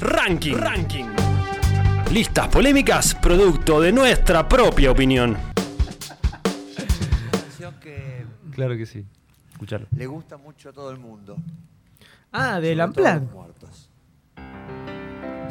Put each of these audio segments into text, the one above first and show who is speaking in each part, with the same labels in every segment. Speaker 1: Ranking. Ranking. Listas polémicas, producto de nuestra propia opinión.
Speaker 2: canción que
Speaker 3: Claro que sí. Escuchalo.
Speaker 2: le gusta mucho a todo el mundo.
Speaker 4: Ah,
Speaker 2: sobre todo
Speaker 4: de
Speaker 2: a
Speaker 4: Lamplan.
Speaker 2: los muertos.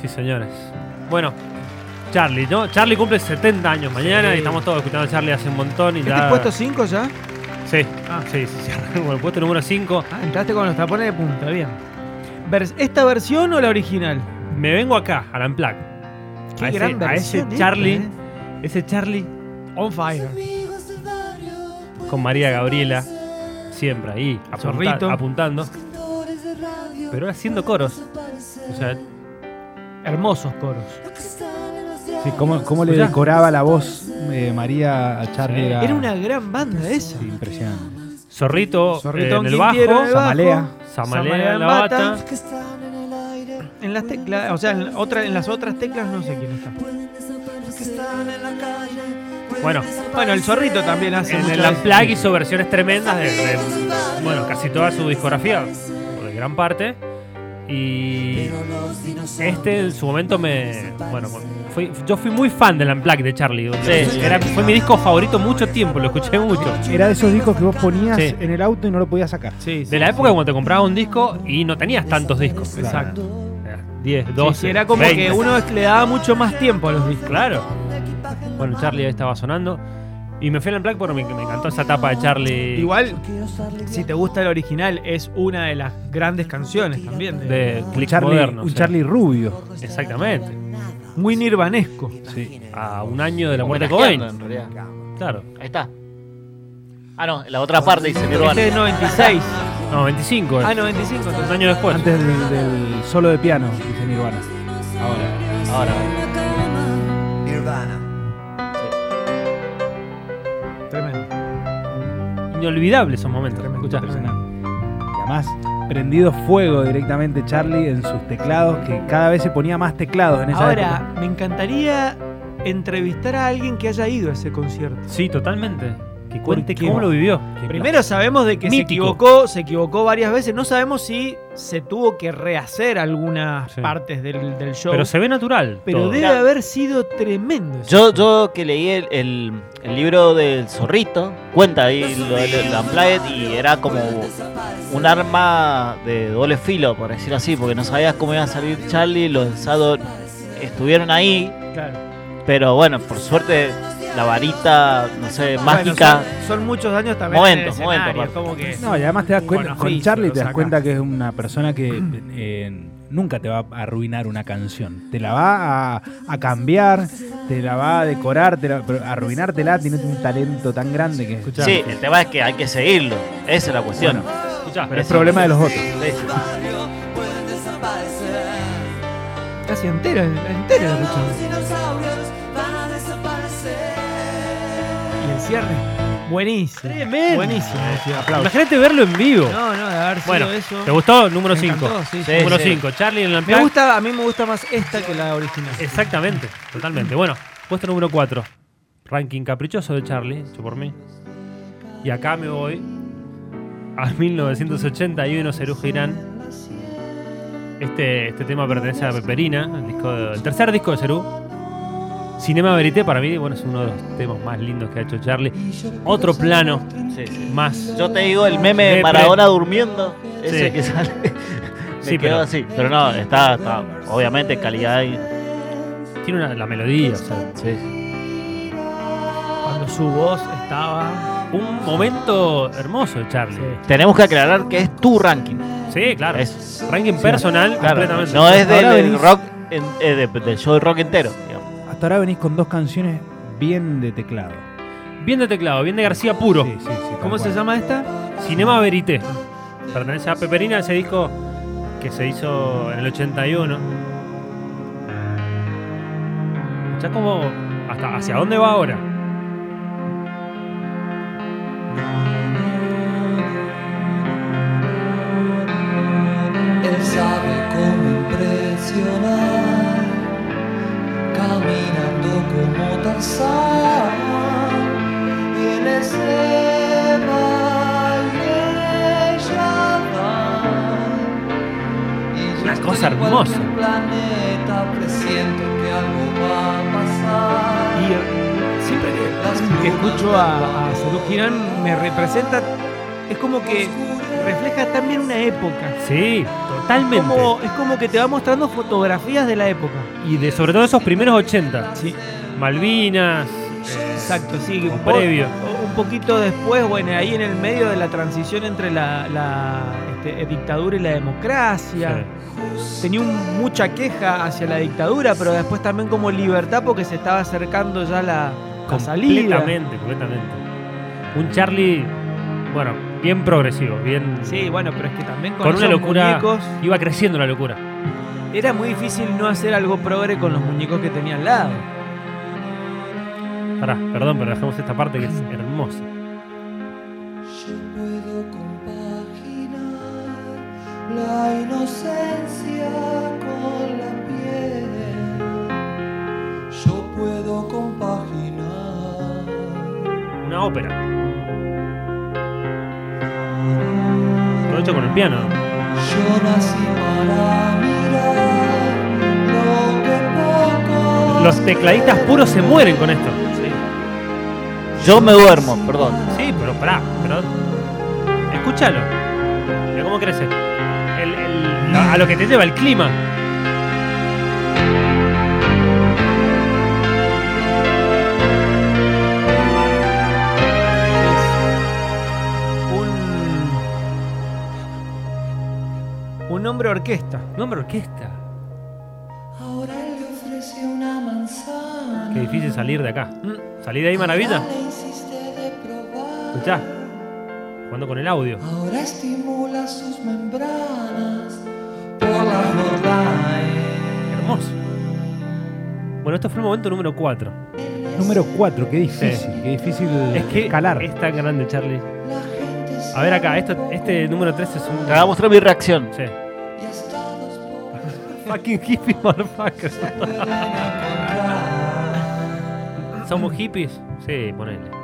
Speaker 5: Sí, señores. Bueno, Charlie, ¿no? Charlie cumple 70 años mañana
Speaker 4: Sí.
Speaker 5: y estamos todos escuchando a Charlie hace un montón y
Speaker 4: ¿Este
Speaker 5: ya.
Speaker 4: puesto 5 ya?
Speaker 5: Sí, sí, sí, sí. Bueno, el puesto número 5.
Speaker 4: Ah, entraste con los tapones de punta, bien. Vers- ¿Esta versión o la original?
Speaker 5: Me vengo acá, a la Unplugged.
Speaker 4: Qué
Speaker 5: a ese,
Speaker 4: gran
Speaker 5: a ese
Speaker 4: versión esta,
Speaker 5: Charlie,
Speaker 4: eh.
Speaker 5: ese Charlie
Speaker 4: On fire.
Speaker 5: con María Gabriela, siempre ahí, apunta-
Speaker 4: zorrito.
Speaker 5: apuntando. Pero ahora haciendo coros. O sea,
Speaker 4: Hermosos coros.
Speaker 6: Sí, ¿cómo, cómo le
Speaker 5: Escuchá.
Speaker 6: decoraba la voz eh, María a Charlie? Era,
Speaker 4: Era una gran banda esa.
Speaker 6: sí, impresionante.
Speaker 5: Zorrito,
Speaker 4: Zorrito
Speaker 5: eh, en
Speaker 4: en
Speaker 5: el
Speaker 4: Quintiero
Speaker 5: bajo,
Speaker 4: de bajo,
Speaker 6: Samalea.
Speaker 5: Samalea en la
Speaker 4: bata.
Speaker 5: bata.
Speaker 4: En las teclas, o sea, en, la otra, en las otras teclas no sé quién está.
Speaker 5: Bueno,
Speaker 4: Bueno, el zorrito también hace
Speaker 5: en
Speaker 4: mucho
Speaker 5: el
Speaker 4: de-
Speaker 5: Unplugged hizo versiones tremendas de, de- bueno, casi toda su discografía, o de gran parte. Y este en su momento me. Bueno, fui- yo fui muy fan del Unplugged de Charlie. Era- fue mi disco favorito mucho tiempo, lo escuché mucho.
Speaker 6: Era de esos discos que vos ponías
Speaker 5: Sí.
Speaker 6: en el auto y no lo podías sacar.
Speaker 4: Sí, sí,
Speaker 5: De la
Speaker 4: sí.
Speaker 5: época cuando te comprabas un disco y no tenías tantos discos.
Speaker 4: Exacto.
Speaker 5: Era 10,
Speaker 4: Sí,
Speaker 5: 12.
Speaker 4: sí, era como
Speaker 5: 20.
Speaker 4: que uno le daba mucho más tiempo a los discos.
Speaker 5: Claro. Bueno, Charlie ahí estaba sonando. Y me fui al Unplugged porque me, me encantó esa etapa de Charlie.
Speaker 4: Igual, si te gusta el original, es una de las grandes canciones también. de-
Speaker 5: De
Speaker 6: Un
Speaker 5: click
Speaker 6: Charlie,
Speaker 5: moderno.
Speaker 6: un
Speaker 5: sí.
Speaker 6: Charlie rubio.
Speaker 5: Exactamente.
Speaker 4: Muy nirvanesco.
Speaker 5: A un año de la muerte de
Speaker 7: Homenajeando,
Speaker 5: Cobain.
Speaker 7: en realidad.
Speaker 5: Claro.
Speaker 7: Ahí está. Ah, no, la otra parte dice Nirvana.
Speaker 4: Este es 96.
Speaker 5: No, 25. eh.
Speaker 4: Ah, 95.
Speaker 5: Un
Speaker 4: entonces.
Speaker 5: año después.
Speaker 6: Antes del, del solo de piano, dice Nirvana. Ahora.
Speaker 7: Ahora,
Speaker 2: Nirvana.
Speaker 4: Tremendo.
Speaker 5: Inolvidable esos momentos.
Speaker 4: Tremendo,
Speaker 5: Escuchá.
Speaker 6: Impresionante. Y además, prendido fuego directamente Charlie en sus teclados, que cada vez se ponía más teclados en esa época.
Speaker 4: Ahora, me encantaría entrevistar a alguien que haya ido a ese concierto.
Speaker 5: Sí, totalmente. Que cuente
Speaker 4: Porque-
Speaker 5: cómo lo vivió.
Speaker 4: Primero sabemos de que se
Speaker 5: Mítico.
Speaker 4: equivocó, se equivocó varias veces. No sabemos si se tuvo que rehacer algunas
Speaker 5: Sí.
Speaker 4: partes del, del show.
Speaker 5: Pero se ve natural.
Speaker 4: Pero
Speaker 5: todo.
Speaker 4: debe haber sido tremendo. ese
Speaker 7: yo, yo que leí el, el- el libro del zorrito, cuenta ahí lo del Unplugged y era como un arma de doble filo, por decirlo así, porque no sabías cómo iba a salir Charlie, los ensados estuvieron ahí,
Speaker 4: Claro.
Speaker 7: pero bueno, por suerte la varita, no sé, mágica.
Speaker 4: Bueno, son, son muchos años también.
Speaker 7: Momentos,
Speaker 4: en el escenario,
Speaker 7: momentos,
Speaker 4: es como que
Speaker 6: No, y además te das cuenta,
Speaker 4: Bueno,
Speaker 6: con
Speaker 4: sí,
Speaker 6: Charlie
Speaker 4: lo
Speaker 6: te das
Speaker 4: saca.
Speaker 6: cuenta que es una persona que eh, nunca te va a arruinar una canción. Te la va a, a cambiar, te la va a decorar, te la, pero arruinártela tiene un talento tan grande que
Speaker 5: Escuchá.
Speaker 7: sí, el tema es que hay que seguirlo, esa es la cuestión.
Speaker 5: Escuchá.
Speaker 6: pero es problema de los otros.
Speaker 4: casi entera, entera la escuchamos. Y el cierre. Buenísimo.
Speaker 5: Tremendo.
Speaker 4: Buenísimo.
Speaker 5: Imagínate verlo en vivo.
Speaker 4: No, no, de haber sido
Speaker 5: bueno,
Speaker 4: eso.
Speaker 5: ¿te gustó? Número
Speaker 4: Me
Speaker 5: 5.
Speaker 4: encantó, sí, sí.
Speaker 5: Número
Speaker 7: sí.
Speaker 5: 5. Charlie en la
Speaker 4: Me gusta, a mí me gusta más esta que la original.
Speaker 5: Exactamente, totalmente. Bueno, puesto número 4. Ranking caprichoso de Charlie, hecho por mí. Y acá me voy a 1981, Cerú Girán. Este, este tema pertenece a Peperina, el, disco de- el tercer disco de Cerú. Cinema Verité para mí, bueno, es uno de los temas más lindos que ha hecho Charlie. Otro plano
Speaker 7: Sí, sí.
Speaker 5: más.
Speaker 7: Yo te digo el meme de
Speaker 5: Depre.
Speaker 7: Maradona durmiendo, ese
Speaker 5: Sí.
Speaker 7: que sale. Me
Speaker 5: Sí,
Speaker 7: quedo
Speaker 5: pero-
Speaker 7: así. Pero no, está, está obviamente calidad ahí.
Speaker 5: Tiene una, la melodía, o sea,
Speaker 7: Sí.
Speaker 4: Cuando su voz estaba.
Speaker 5: un momento hermoso de Charlie.
Speaker 7: Tenemos que aclarar que es tu ranking.
Speaker 5: Sí, claro.
Speaker 7: Es-
Speaker 5: Ranking personal,
Speaker 7: Claro,
Speaker 5: completamente.
Speaker 7: no es del,
Speaker 6: Ahora
Speaker 7: del
Speaker 6: venís-
Speaker 7: rock en- eh, de- del show de rock entero. digamos.
Speaker 6: Hasta ahora venís con dos canciones bien de teclado.
Speaker 5: Bien de teclado, bien de García puro.
Speaker 6: Sí, sí, sí, tal
Speaker 4: ¿Cómo se
Speaker 6: cual.
Speaker 4: llama esta?
Speaker 5: Cinema Verité. Pertenece a Peperina, ese disco que se hizo en el 81. Ya como hasta hacia dónde va ahora.
Speaker 8: Él sabe cómo impresionar, caminando como Tarzán. Y en ese baile ella va, y
Speaker 5: una cosa hermosa.
Speaker 8: planeta presiento que algo va a pasar.
Speaker 4: Y eh, siempre que, que escucho a, a Serú Girán me representa, es como que refleja también una época.
Speaker 5: Sí, totalmente.
Speaker 4: Como- es como que te va mostrando fotografías de la época.
Speaker 5: Y de sobre todo esos primeros 80.
Speaker 4: Sí.
Speaker 5: Malvinas.
Speaker 4: Exacto, sí.
Speaker 5: Un
Speaker 4: po-
Speaker 5: previo.
Speaker 4: Un poquito después, bueno, ahí en el medio de la transición entre la, la, este, dictadura y la democracia. Tenía un- mucha queja hacia la dictadura, pero después también como libertad porque se estaba acercando ya la, la salida.
Speaker 5: Completamente, completamente. Un Charlie, bueno, bien progresivo, bien.
Speaker 4: Sí, bueno, pero es que también con,
Speaker 5: con una
Speaker 4: esos
Speaker 5: locura.
Speaker 4: muñecos
Speaker 5: Iba creciendo la locura.
Speaker 4: era muy difícil no hacer algo progre con los muñecos que tenía al lado.
Speaker 5: Pará, perdón, pero dejamos esta parte que es hermosa.
Speaker 8: Yo puedo compaginar la inocencia con la piel. Yo puedo compaginar.
Speaker 5: Una ópera. Todo hecho con el piano.
Speaker 8: Yo nací para mirar lo que poco.
Speaker 5: Los tecladistas puros se mueren con esto. Sí,
Speaker 7: Yo me duermo, perdón.
Speaker 5: pero pará, pero. Escúchalo. Mira cómo crece. El- el- a lo que te lleva el clima.
Speaker 4: un, un hombre orquesta.
Speaker 5: No, hombre, orquesta.
Speaker 8: Ahora él le ofrece una manzana.
Speaker 5: Qué difícil salir de acá. Salir de ahí, maravilla.
Speaker 8: Le insiste de probar.
Speaker 5: Escuchá. Jugando con el audio.
Speaker 8: Ahora estimula sus membranas por la jornada.
Speaker 5: Hermoso. Bueno, esto fue el momento número 4.
Speaker 6: Número 4, qué difícil, qué difícil
Speaker 5: Es que
Speaker 6: escalar.
Speaker 5: es tan grande, Charlie.
Speaker 8: La gente se
Speaker 5: A ver acá, esto, este número 3 es un.
Speaker 7: Te voy a mostrar mi reacción.
Speaker 5: Sí.
Speaker 8: y hasta los pobres
Speaker 5: Fucking hippie, motherfucker. ¿Somos hippies? Sí, ponele.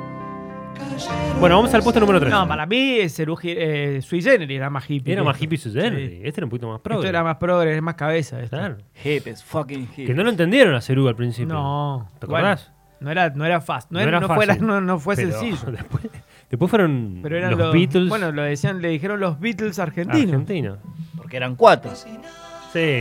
Speaker 5: Bueno, vamos al puesto número 3.
Speaker 4: No, para mí es eh, Sui Generis era más hippie.
Speaker 5: era
Speaker 4: que
Speaker 5: más
Speaker 4: esto.
Speaker 5: hippie su
Speaker 4: Sí.
Speaker 5: Este era un poquito más pro.
Speaker 4: Esto era más progre, es más cabeza. esto.
Speaker 5: Claro.
Speaker 7: Hippies, fucking
Speaker 5: Que
Speaker 7: hippies.
Speaker 5: no lo entendieron a Cerú al principio.
Speaker 4: No.
Speaker 5: ¿Te
Speaker 4: Bueno,
Speaker 5: acordás?
Speaker 4: no era, no era fácil. No,
Speaker 5: No
Speaker 4: era-
Speaker 5: era
Speaker 4: no fuera-
Speaker 5: fácil,
Speaker 4: no- no fue
Speaker 5: Pero
Speaker 4: sencillo.
Speaker 5: Después, después fueron
Speaker 4: Pero eran
Speaker 5: los, Beatles
Speaker 4: Bueno, lo decían, le dijeron los Beatles argentinos.
Speaker 5: argentinos.
Speaker 7: Porque eran cuatro.
Speaker 5: Sí,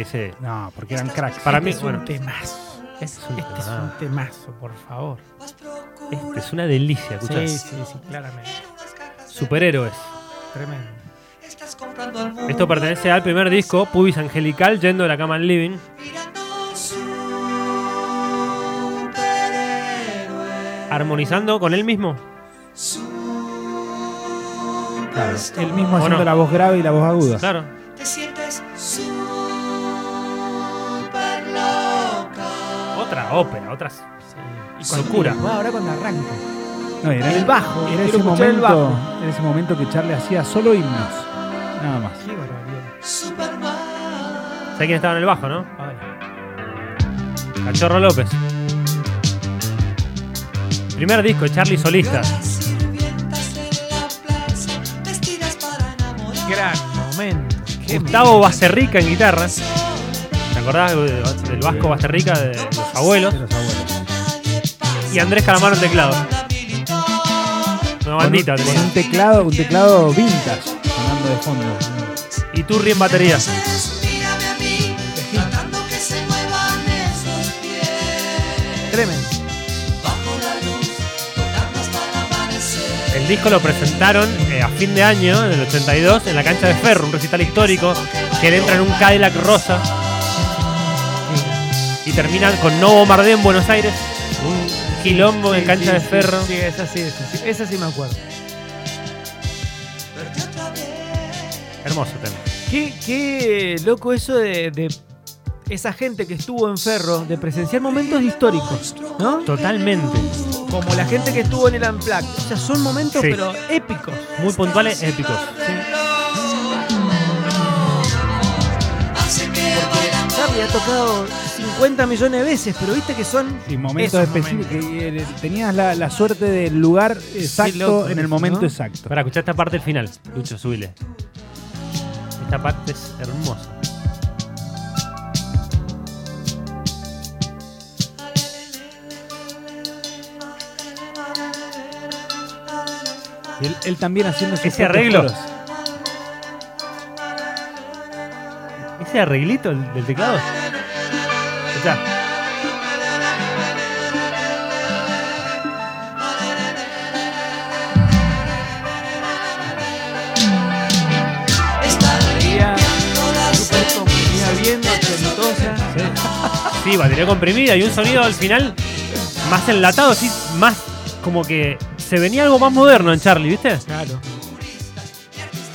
Speaker 5: sí.
Speaker 6: No, porque eran cracks.
Speaker 5: Para mí,
Speaker 4: Este es
Speaker 5: bueno.
Speaker 4: un temazo.
Speaker 5: Este es un
Speaker 4: Este es
Speaker 5: tema.
Speaker 4: un temazo, por favor.
Speaker 8: más procuran
Speaker 5: Este es una delicia,
Speaker 4: Sí,
Speaker 5: escuchás.
Speaker 4: sí, sí, claramente.
Speaker 8: unas cajas.
Speaker 5: Superhéroes.
Speaker 4: Tremendo.
Speaker 8: Estás comprando al mundo.
Speaker 5: Esto pertenece al primer disco, Pubis Angelical, yendo de la cama al living.
Speaker 8: Mirando superhéroes.
Speaker 5: Armonizando con él mismo.
Speaker 6: Claro. Él mismo haciendo
Speaker 5: no?
Speaker 6: la voz grave y la voz aguda.
Speaker 5: Claro.
Speaker 8: Te sientes super loca.
Speaker 5: Otra ópera, otras.
Speaker 4: Y cuando-
Speaker 5: Locura.
Speaker 4: y Ahora cuando arranca.
Speaker 6: No, era
Speaker 4: El bajo,
Speaker 6: Era
Speaker 4: quiero
Speaker 6: ese,
Speaker 4: escuchar el
Speaker 6: momento,
Speaker 4: bajo.
Speaker 6: era ese momento que Charlie hacía solo himnos. Nada más.
Speaker 4: Qué barbaridad.
Speaker 8: Superman.
Speaker 5: ¿Sabes quién estaba en el bajo, no?
Speaker 4: Ahora.
Speaker 5: Cachorro López. Primer disco, Charlie Solista.
Speaker 4: Gran momento. Qué
Speaker 5: Gustavo Bacerrica en guitarra. ¿Te acordás de- del Vasco Bacerrica de los abuelos?
Speaker 6: De los abuelos.
Speaker 5: Y Andrés Calamaro en teclado. Una bandita.
Speaker 6: con, un, con
Speaker 5: tenía.
Speaker 6: un teclado, un teclado vintage sonando de fondo.
Speaker 5: Y Turri en batería.
Speaker 4: Tremendo.
Speaker 5: El disco lo presentaron eh, a fin de año, en el 82, en la cancha de Ferro, un recital histórico, que él entra en un Cadillac rosa y terminan con No Bombardé en Buenos Aires, un quilombo en
Speaker 4: Sí,
Speaker 5: cancha
Speaker 4: sí,
Speaker 5: de
Speaker 4: sí,
Speaker 5: Ferro.
Speaker 4: Sí, esa sí, esa sí, esa sí me acuerdo.
Speaker 5: Hermoso tema.
Speaker 4: Qué, qué loco eso de, de esa gente que estuvo en Ferro, de presenciar momentos históricos, ¿no?
Speaker 5: Totalmente.
Speaker 4: Como la gente que estuvo en el Unplugged. O sea, son momentos
Speaker 5: Sí.
Speaker 4: pero épicos.
Speaker 5: Muy puntuales, épicos.
Speaker 4: Charlie ha tocado 50 millones de veces, pero viste que son
Speaker 6: Y momentos
Speaker 4: esos
Speaker 6: específicos.
Speaker 4: momentos.
Speaker 6: que, eh, Tenías la, la suerte del lugar exacto
Speaker 4: loco
Speaker 6: en el
Speaker 4: eso,
Speaker 6: momento
Speaker 4: ¿no?
Speaker 6: exacto.
Speaker 5: Para escuchar esta parte del final, Lucho, subile. Esta parte es hermosa.
Speaker 6: Él, él también haciendo sus
Speaker 5: Ese
Speaker 6: propios
Speaker 5: arreglo.
Speaker 6: coros.
Speaker 5: Ese arreglito del del teclado. Escuchá.
Speaker 4: Batería súper comprimida, bien ochentosa.
Speaker 5: Sí, batería comprimida y un sonido al final más enlatado, sí, más como que se venía algo más moderno en Charlie, ¿viste?
Speaker 4: Claro.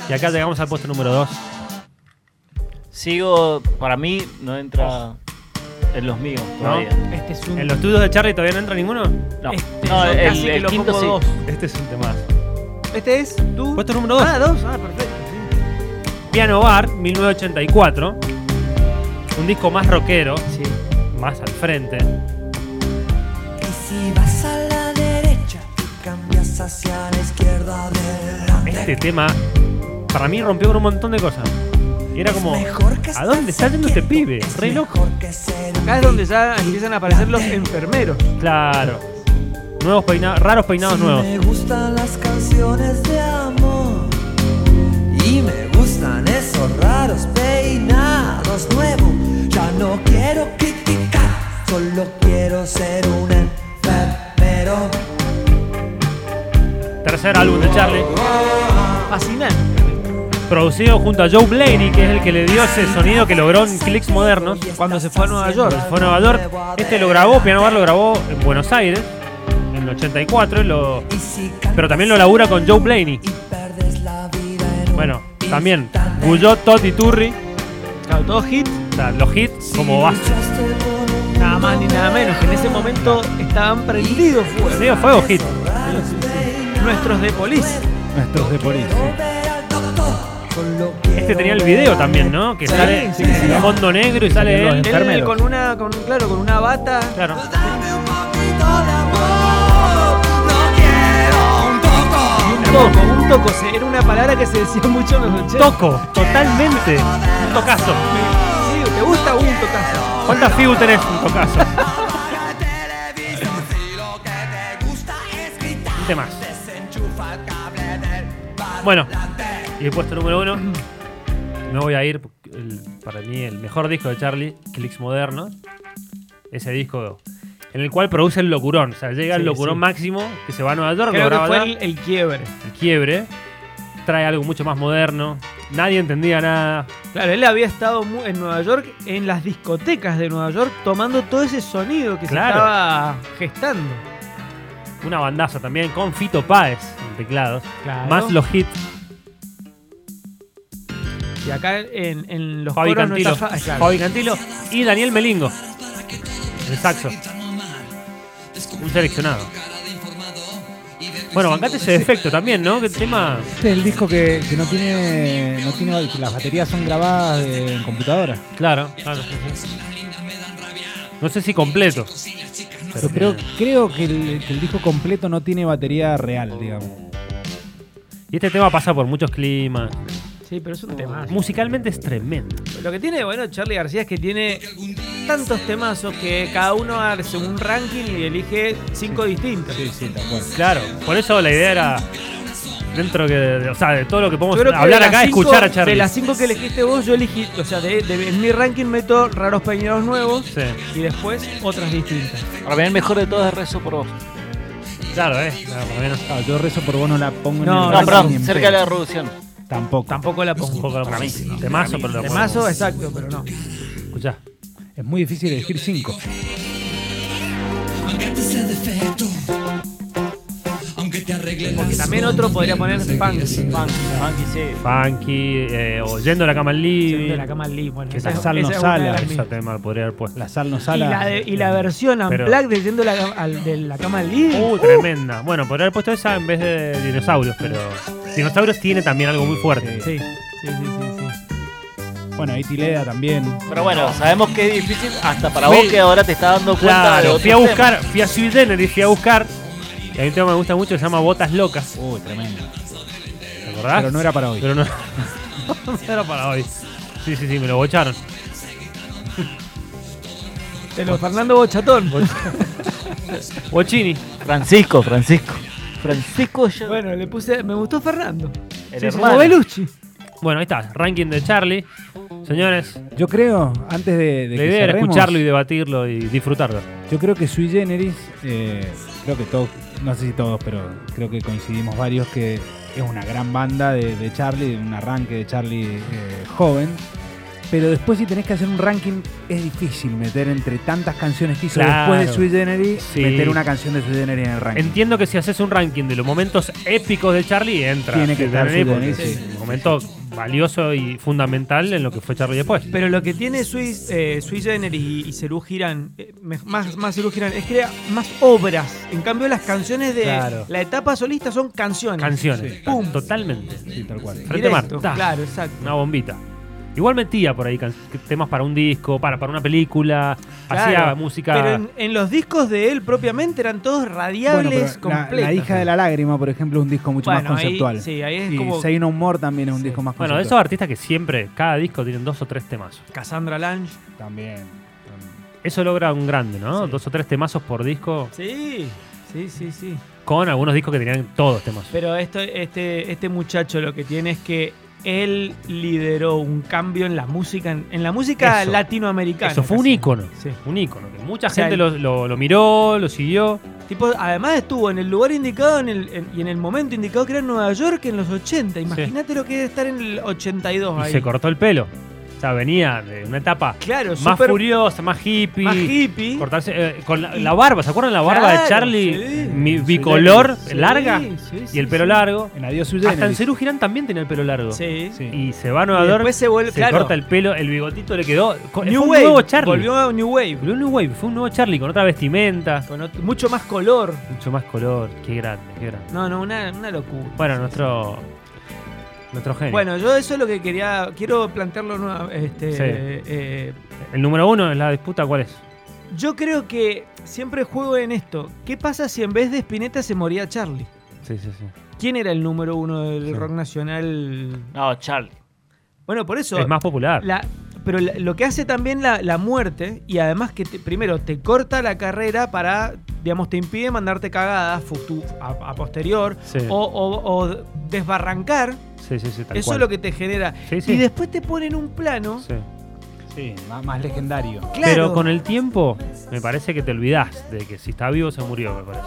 Speaker 5: Y acá llegamos al puesto número 2.
Speaker 7: Sigo, para mí, no entra en los míos todavía.
Speaker 4: Este es un.
Speaker 5: ¿En los estudios de Charlie todavía no entra ninguno?
Speaker 7: No,
Speaker 4: Este,
Speaker 7: No,
Speaker 4: yo
Speaker 7: el,
Speaker 4: casi que
Speaker 7: el
Speaker 4: lo
Speaker 7: quinto
Speaker 4: pongo
Speaker 7: sí.
Speaker 4: dos.
Speaker 5: Este es un tema.
Speaker 4: Este es tu.
Speaker 5: Puesto número 2.
Speaker 4: Ah, dos. Ah, perfecto.
Speaker 5: Piano Bar, 1984. Un disco más rockero,
Speaker 4: Sí.
Speaker 5: más al frente.
Speaker 9: Y si vas a la derecha y cambias hacia la izquierda adelante.
Speaker 5: Este tema, para mí, rompió con un montón de cosas. Y era como, ¿a dónde está yendo este pibe? Re loco.
Speaker 4: Acá es donde ya empiezan a aparecer los enfermeros.
Speaker 5: Claro. Nuevos peinados, raros peinados nuevos.
Speaker 9: Me gustan las canciones de amor
Speaker 2: Y me gustan esos raros peinados nuevos.
Speaker 9: Ya no quiero criticar, solo quiero ser un enfermero.
Speaker 5: Tercer álbum de Charlie,
Speaker 4: Fascinante.
Speaker 5: producido junto a Joe Blaney, que es el que le dio ese sonido que logró en clics modernos.
Speaker 4: Cuando se fue a Nueva
Speaker 5: Cuando
Speaker 4: York.
Speaker 5: se fue a Nueva York, este lo grabó, Piano Bar lo grabó en Buenos Aires, en el 84, y lo,
Speaker 9: Y si
Speaker 5: pero
Speaker 9: cantas
Speaker 5: también lo labura con Joe Blaney.
Speaker 9: y perdes la vida en un
Speaker 5: Bueno, también
Speaker 9: instante.
Speaker 5: Guyot, Totti, Turri,
Speaker 4: Claro, todo hit.
Speaker 5: o sea, los hits como base.
Speaker 9: Luchaste por un
Speaker 4: Nada más ni nada menos. que En ese momento estaban prendidos fuego.
Speaker 5: Digo, fuego hit.
Speaker 4: Nuestros de police.
Speaker 6: Nuestros de por ahí, sí.
Speaker 9: ver al doctor, solo quiero
Speaker 5: Este tenía el video también, ¿no? Que sale
Speaker 4: sí, sí.
Speaker 5: en fondo negro y sale
Speaker 6: Los
Speaker 5: él.
Speaker 4: Él
Speaker 6: enfermeros.
Speaker 4: con una, con, claro, con una bata.
Speaker 5: Claro.
Speaker 4: Un toco, un toco. se- Era una palabra que se decía mucho en los 80.
Speaker 5: Toco, totalmente. Un tocazo.
Speaker 4: Sí, te gusta un tocazo.
Speaker 5: ¿Cuántas figu tenés un tocazo? Un tema. Bueno, y el puesto número uno. Me voy a ir. el- para mí, el mejor disco de Charlie, Clicks Moderno. Ese disco en el cual produce el locurón. O sea, llega el
Speaker 4: Sí,
Speaker 5: locurón
Speaker 4: sí.
Speaker 5: máximo que se va a Nueva York, lo
Speaker 4: Creo
Speaker 5: graba
Speaker 4: que fue
Speaker 5: allá,
Speaker 4: el, el quiebre.
Speaker 5: el quiebre. Trae algo mucho más moderno. Nadie entendía nada.
Speaker 4: Claro, él había estado mu- en Nueva York, en las discotecas de Nueva York, tomando todo ese sonido que
Speaker 5: Claro.
Speaker 4: se estaba gestando.
Speaker 5: Una bandaza también con Fito Páez en teclados.
Speaker 4: Claro.
Speaker 5: Más los hits.
Speaker 4: Y acá en, en los
Speaker 5: Fabi
Speaker 4: coros no
Speaker 5: Cantilo.
Speaker 4: está fa- claro.
Speaker 5: Fabi Cantilo y Daniel Melingo. El saxo. Un seleccionado. Bueno, bancate ese defecto también, ¿no? ¿Qué tema?
Speaker 6: Este es el disco que, que no tiene. No tiene que las baterías son grabadas de- en computadora.
Speaker 5: Claro, claro, sí, sí. No sé si completo.
Speaker 6: Pero creo, creo que, el, que el disco completo no tiene batería real, digamos.
Speaker 5: Y este tema pasa por muchos climas.
Speaker 4: Sí, pero
Speaker 5: Oh.
Speaker 4: es un tema.
Speaker 5: Musicalmente es tremendo.
Speaker 4: Lo que tiene, bueno, Charlie García es que tiene tantos temazos que cada uno hace un ranking y elige cinco distintos.
Speaker 6: sí, tal cual.
Speaker 5: Claro, por eso la idea era. Dentro que. de- o sea, de todo lo que podemos
Speaker 4: Yo creo que
Speaker 5: hablar
Speaker 4: de las
Speaker 5: acá,
Speaker 4: cinco-
Speaker 5: escuchar a Charlie.
Speaker 4: De las cinco que elegiste vos, yo elegí, o sea, de, de- en mi ranking meto raros peinados nuevos
Speaker 5: Sí.
Speaker 4: y después otras distintas.
Speaker 7: Para mí el mejor de todos es Rezo por vos.
Speaker 5: Claro, eh. Claro, por lo menos.
Speaker 6: Claro, Ah, yo rezo por vos no la pongo
Speaker 4: No,
Speaker 6: en el
Speaker 7: No,
Speaker 6: ranking ni
Speaker 7: perdón,
Speaker 6: en
Speaker 7: cerca de
Speaker 6: pedo.
Speaker 7: la revolución.
Speaker 6: Tampoco.
Speaker 4: Tampoco la
Speaker 5: Un
Speaker 4: pongo.
Speaker 5: poco para mí. Temazo, pero lo pongo.
Speaker 4: Temazo, exacto, pero no.
Speaker 5: Escuchá.
Speaker 6: Es muy difícil elegir cinco.
Speaker 4: Porque también otro podría poner funk. Funk.
Speaker 7: Funky, sí.
Speaker 5: Funky, eh, o yendo a la cama al living.
Speaker 4: De la cama al Lee, bueno,
Speaker 5: Que
Speaker 4: esa
Speaker 5: la
Speaker 4: es-
Speaker 6: sal no
Speaker 4: esa es una de
Speaker 6: sale,
Speaker 4: las
Speaker 6: esa
Speaker 4: mías.
Speaker 5: Ese tema lo podría haber puesto.
Speaker 6: La sal no
Speaker 4: Y
Speaker 6: sala.
Speaker 4: la, de- y la versión
Speaker 5: Pero-
Speaker 4: Unplugged de yendo la, al- de la cama al living.
Speaker 5: Uh, tremenda. Bueno, podría haber puesto esa en vez de dinosaurios, pero. Dinosaurios tiene también algo muy fuerte.
Speaker 4: Sí, sí, sí, sí. sí.
Speaker 6: Bueno, ahí Tilea también.
Speaker 7: Pero bueno, sabemos que es difícil hasta para
Speaker 5: Fui-
Speaker 7: vos que ahora te estás dando cuenta de
Speaker 5: Claro,
Speaker 7: otros
Speaker 5: fui a
Speaker 7: temas.
Speaker 5: buscar, fui a Sui Generis, fui a buscar. Y hay un tema que me gusta mucho que se llama Botas Locas.
Speaker 6: Uy, tremendo.
Speaker 5: ¿Te acordás?
Speaker 6: Pero no era para hoy.
Speaker 5: Pero no. no era para hoy. Sí, sí, sí, me lo bocharon.
Speaker 4: De los Fernando Bochatón.
Speaker 5: Bochini.
Speaker 7: Francisco, Francisco. Francisco Ch-
Speaker 4: Bueno, le puse. Me gustó Fernando. Sí,
Speaker 7: el
Speaker 4: sí,
Speaker 7: hermano.
Speaker 4: Belucci.
Speaker 5: Bueno, ahí está, ranking de Charlie. Señores,
Speaker 6: Yo creo, antes de, de
Speaker 5: la
Speaker 6: que
Speaker 5: idea era
Speaker 6: cerremos,
Speaker 5: escucharlo y debatirlo y disfrutarlo.
Speaker 6: yo creo que Sui Generis, eh, creo que todos, no sé si todos, pero creo que coincidimos varios que es una gran banda de, de Charlie, de un arranque de Charlie eh, joven. Pero después si tenés que hacer un ranking, es difícil meter entre tantas canciones que hizo
Speaker 5: Claro.
Speaker 6: después de Sui Generis,
Speaker 5: Sí.
Speaker 6: meter una canción de Sui Generis en el ranking.
Speaker 5: Entiendo que si haces un ranking de los momentos épicos de Charlie, entra.
Speaker 6: Tiene que
Speaker 5: Sí,
Speaker 6: estar
Speaker 5: Charlie,
Speaker 6: Sui
Speaker 5: porque
Speaker 6: Generis,
Speaker 5: es
Speaker 6: sí.
Speaker 5: un momento valioso y fundamental en lo que fue Charlie después.
Speaker 4: Pero lo que tiene Sui, eh, Sui Generis y, y Serú Girán, eh, me- más, más Serú Girán, es que crea más obras. En cambio, las canciones de
Speaker 5: Claro.
Speaker 4: la etapa solista son canciones.
Speaker 5: Canciones,
Speaker 4: Pum.
Speaker 5: totalmente.
Speaker 6: Sí, tal cual.
Speaker 5: Frente a
Speaker 4: Directo,
Speaker 5: Marta.
Speaker 4: Claro, exacto.
Speaker 5: Una bombita. Igual metía por ahí can- temas para un disco, para, para una película, hacía
Speaker 4: Claro,
Speaker 5: música.
Speaker 4: Pero en, en los discos de él propiamente eran todos
Speaker 6: Bueno, pero
Speaker 4: radiables
Speaker 6: la,
Speaker 4: completos.
Speaker 6: la hija de la lágrima, por ejemplo, es un disco mucho
Speaker 4: Bueno,
Speaker 6: más
Speaker 4: ahí-
Speaker 6: conceptual.
Speaker 4: sí, ahí es
Speaker 6: y
Speaker 4: como-
Speaker 6: Say No More también es un disco más
Speaker 5: bueno, de
Speaker 6: conceptual.
Speaker 5: esos artistas que siempre, cada disco tienen dos o tres temas.
Speaker 4: Cassandra Lange.
Speaker 6: También.
Speaker 5: Eso logra un grande, ¿no? Dos o tres temazos por disco,
Speaker 4: Sí, sí, sí, sí.
Speaker 5: con algunos discos que tenían todos temas.
Speaker 4: Pero esto, este, este muchacho lo que tiene es que él lideró un cambio en la música, en, en la música
Speaker 5: Eso.
Speaker 4: latinoamericana.
Speaker 5: Eso fue un
Speaker 4: casi.
Speaker 5: ícono.
Speaker 4: Sí.
Speaker 5: Un ícono. que mucha
Speaker 4: O sea,
Speaker 5: gente
Speaker 4: el-
Speaker 5: lo, lo- lo miró, lo siguió.
Speaker 4: Tipo, además estuvo en el lugar indicado en el, en- y en el momento indicado que era en Nueva York en los 80. Imagínate lo que debe estar en el 82
Speaker 5: Y
Speaker 4: ahí.
Speaker 5: se cortó el pelo. O sea, venía de una etapa
Speaker 4: claro,
Speaker 5: más
Speaker 4: súper-
Speaker 5: furiosa, más hippie.
Speaker 4: más hippie.
Speaker 5: Cortarse, eh, con la, la barba, ¿se acuerdan la barba
Speaker 4: Claro,
Speaker 5: de Charlie?
Speaker 4: sí.
Speaker 5: Mi-
Speaker 6: Sí,
Speaker 5: bicolor,
Speaker 4: Sí,
Speaker 5: larga
Speaker 4: sí,
Speaker 5: y
Speaker 4: sí,
Speaker 5: el pelo
Speaker 4: sí.
Speaker 5: largo.
Speaker 6: En Adiós Sui
Speaker 5: Hasta en
Speaker 6: Generis.
Speaker 5: Cerú Girán también tenía el pelo largo.
Speaker 4: Sí.
Speaker 6: Sí.
Speaker 5: Y se va a
Speaker 4: Y
Speaker 5: Nueva York,
Speaker 4: después se vuelve,
Speaker 5: se
Speaker 4: claro,
Speaker 5: corta el pelo, el bigotito le quedó. co- fue
Speaker 4: New
Speaker 5: un
Speaker 4: Wave,
Speaker 5: nuevo Charlie.
Speaker 4: Volvió a New Wave.
Speaker 5: Volvió un New Wave, fue un nuevo Charlie con otra vestimenta,
Speaker 4: Con otro- mucho más color.
Speaker 5: mucho más color. Qué grande, qué grande.
Speaker 4: No, no, una, una locura.
Speaker 5: Bueno, nuestro. Nuestro genio.
Speaker 4: Bueno, yo eso es lo que quería. Quiero plantearlo nueva- este,
Speaker 5: Sí.
Speaker 4: eh,
Speaker 5: El número uno en la disputa, ¿cuál es?
Speaker 4: Yo creo que siempre juego en esto. ¿Qué pasa si en vez de Spinetta se moría Charlie?
Speaker 5: Sí, sí, sí.
Speaker 4: ¿Quién era el número uno del rock nacional?
Speaker 7: No, Charlie.
Speaker 4: Bueno, por eso.
Speaker 5: Es más popular.
Speaker 4: la- pero la- lo que hace también la, la muerte, y además que te- primero te corta la carrera para, digamos, te impide mandarte cagadas futu- a, a posterior
Speaker 5: Sí.
Speaker 4: o, o- o desbarrancar.
Speaker 5: sí, sí, sí, tal
Speaker 4: eso
Speaker 5: cual.
Speaker 4: es lo que te genera.
Speaker 5: Sí, sí.
Speaker 4: Y después te ponen un plano.
Speaker 5: Sí.
Speaker 6: Sí, más, más legendario.
Speaker 4: Claro.
Speaker 5: Pero con el tiempo, me parece que te olvidás de que si está vivo se murió, me parece.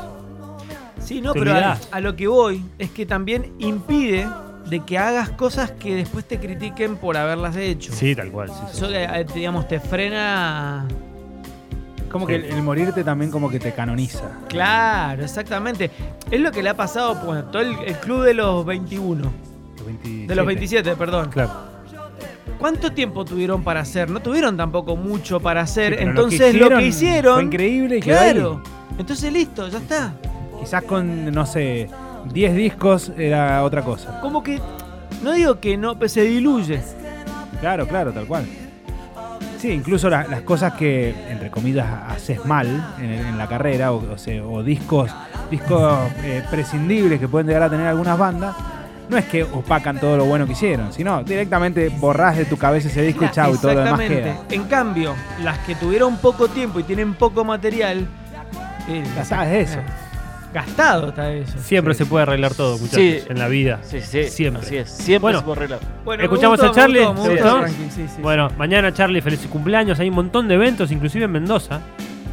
Speaker 4: Sí, no,
Speaker 5: Te
Speaker 4: pero a,
Speaker 5: olvidás.
Speaker 4: a lo que voy es que también impide de que hagas cosas que después te critiquen por haberlas hecho.
Speaker 5: Sí, tal cual. sí, sí.
Speaker 4: Eso, eh, eh, digamos, te frena.
Speaker 6: Como que el, el morirte también como que te canoniza.
Speaker 4: Claro, exactamente. Es lo que le ha pasado bueno, todo el, el club de los 21.
Speaker 6: Los 27.
Speaker 4: De los 27, perdón.
Speaker 5: Claro.
Speaker 4: ¿Cuánto tiempo tuvieron para hacer? No tuvieron tampoco mucho para hacer.
Speaker 6: Sí, pero lo que
Speaker 4: Entonces lo que hicieron.
Speaker 6: Fue increíble y quedó
Speaker 4: claro. Entonces listo, ya está.
Speaker 6: ahí. Quizás con, no sé, 10 discos era otra cosa.
Speaker 4: Como que. No digo que no, pero se diluye.
Speaker 6: Claro, claro, tal cual. Sí, incluso la- las cosas que, entre comillas, haces mal en, el- en la carrera, o, o sea, o discos, discos eh, prescindibles que pueden llegar a tener algunas bandas, no es que opacan todo lo bueno que hicieron, sino directamente borrás de tu cabeza ese disco y chau, y todo lo demás queda.
Speaker 4: En cambio, las que tuvieron poco tiempo y tienen poco material, eh,
Speaker 6: Gastás de eso.
Speaker 4: gastado está eso.
Speaker 5: Siempre
Speaker 6: Sí.
Speaker 5: se puede arreglar todo, muchachos,
Speaker 7: Sí.
Speaker 5: en la vida.
Speaker 7: Sí, sí.
Speaker 5: Siempre.
Speaker 7: Así es. Siempre
Speaker 5: Bueno.
Speaker 7: se borró la-
Speaker 4: Bueno,
Speaker 5: Escuchamos
Speaker 4: me gustó,
Speaker 5: a Charlie,
Speaker 4: me gustó, me
Speaker 5: ¿te
Speaker 4: gustó el
Speaker 5: gustó?
Speaker 4: ranking, sí, sí, sí.
Speaker 5: Bueno, mañana Charlie, feliz cumpleaños. Hay un montón de eventos, inclusive en Mendoza,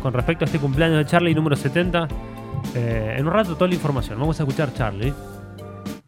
Speaker 5: con respecto a este cumpleaños de Charlie número 70. Eh, en un rato toda la información. Vamos a escuchar Charlie.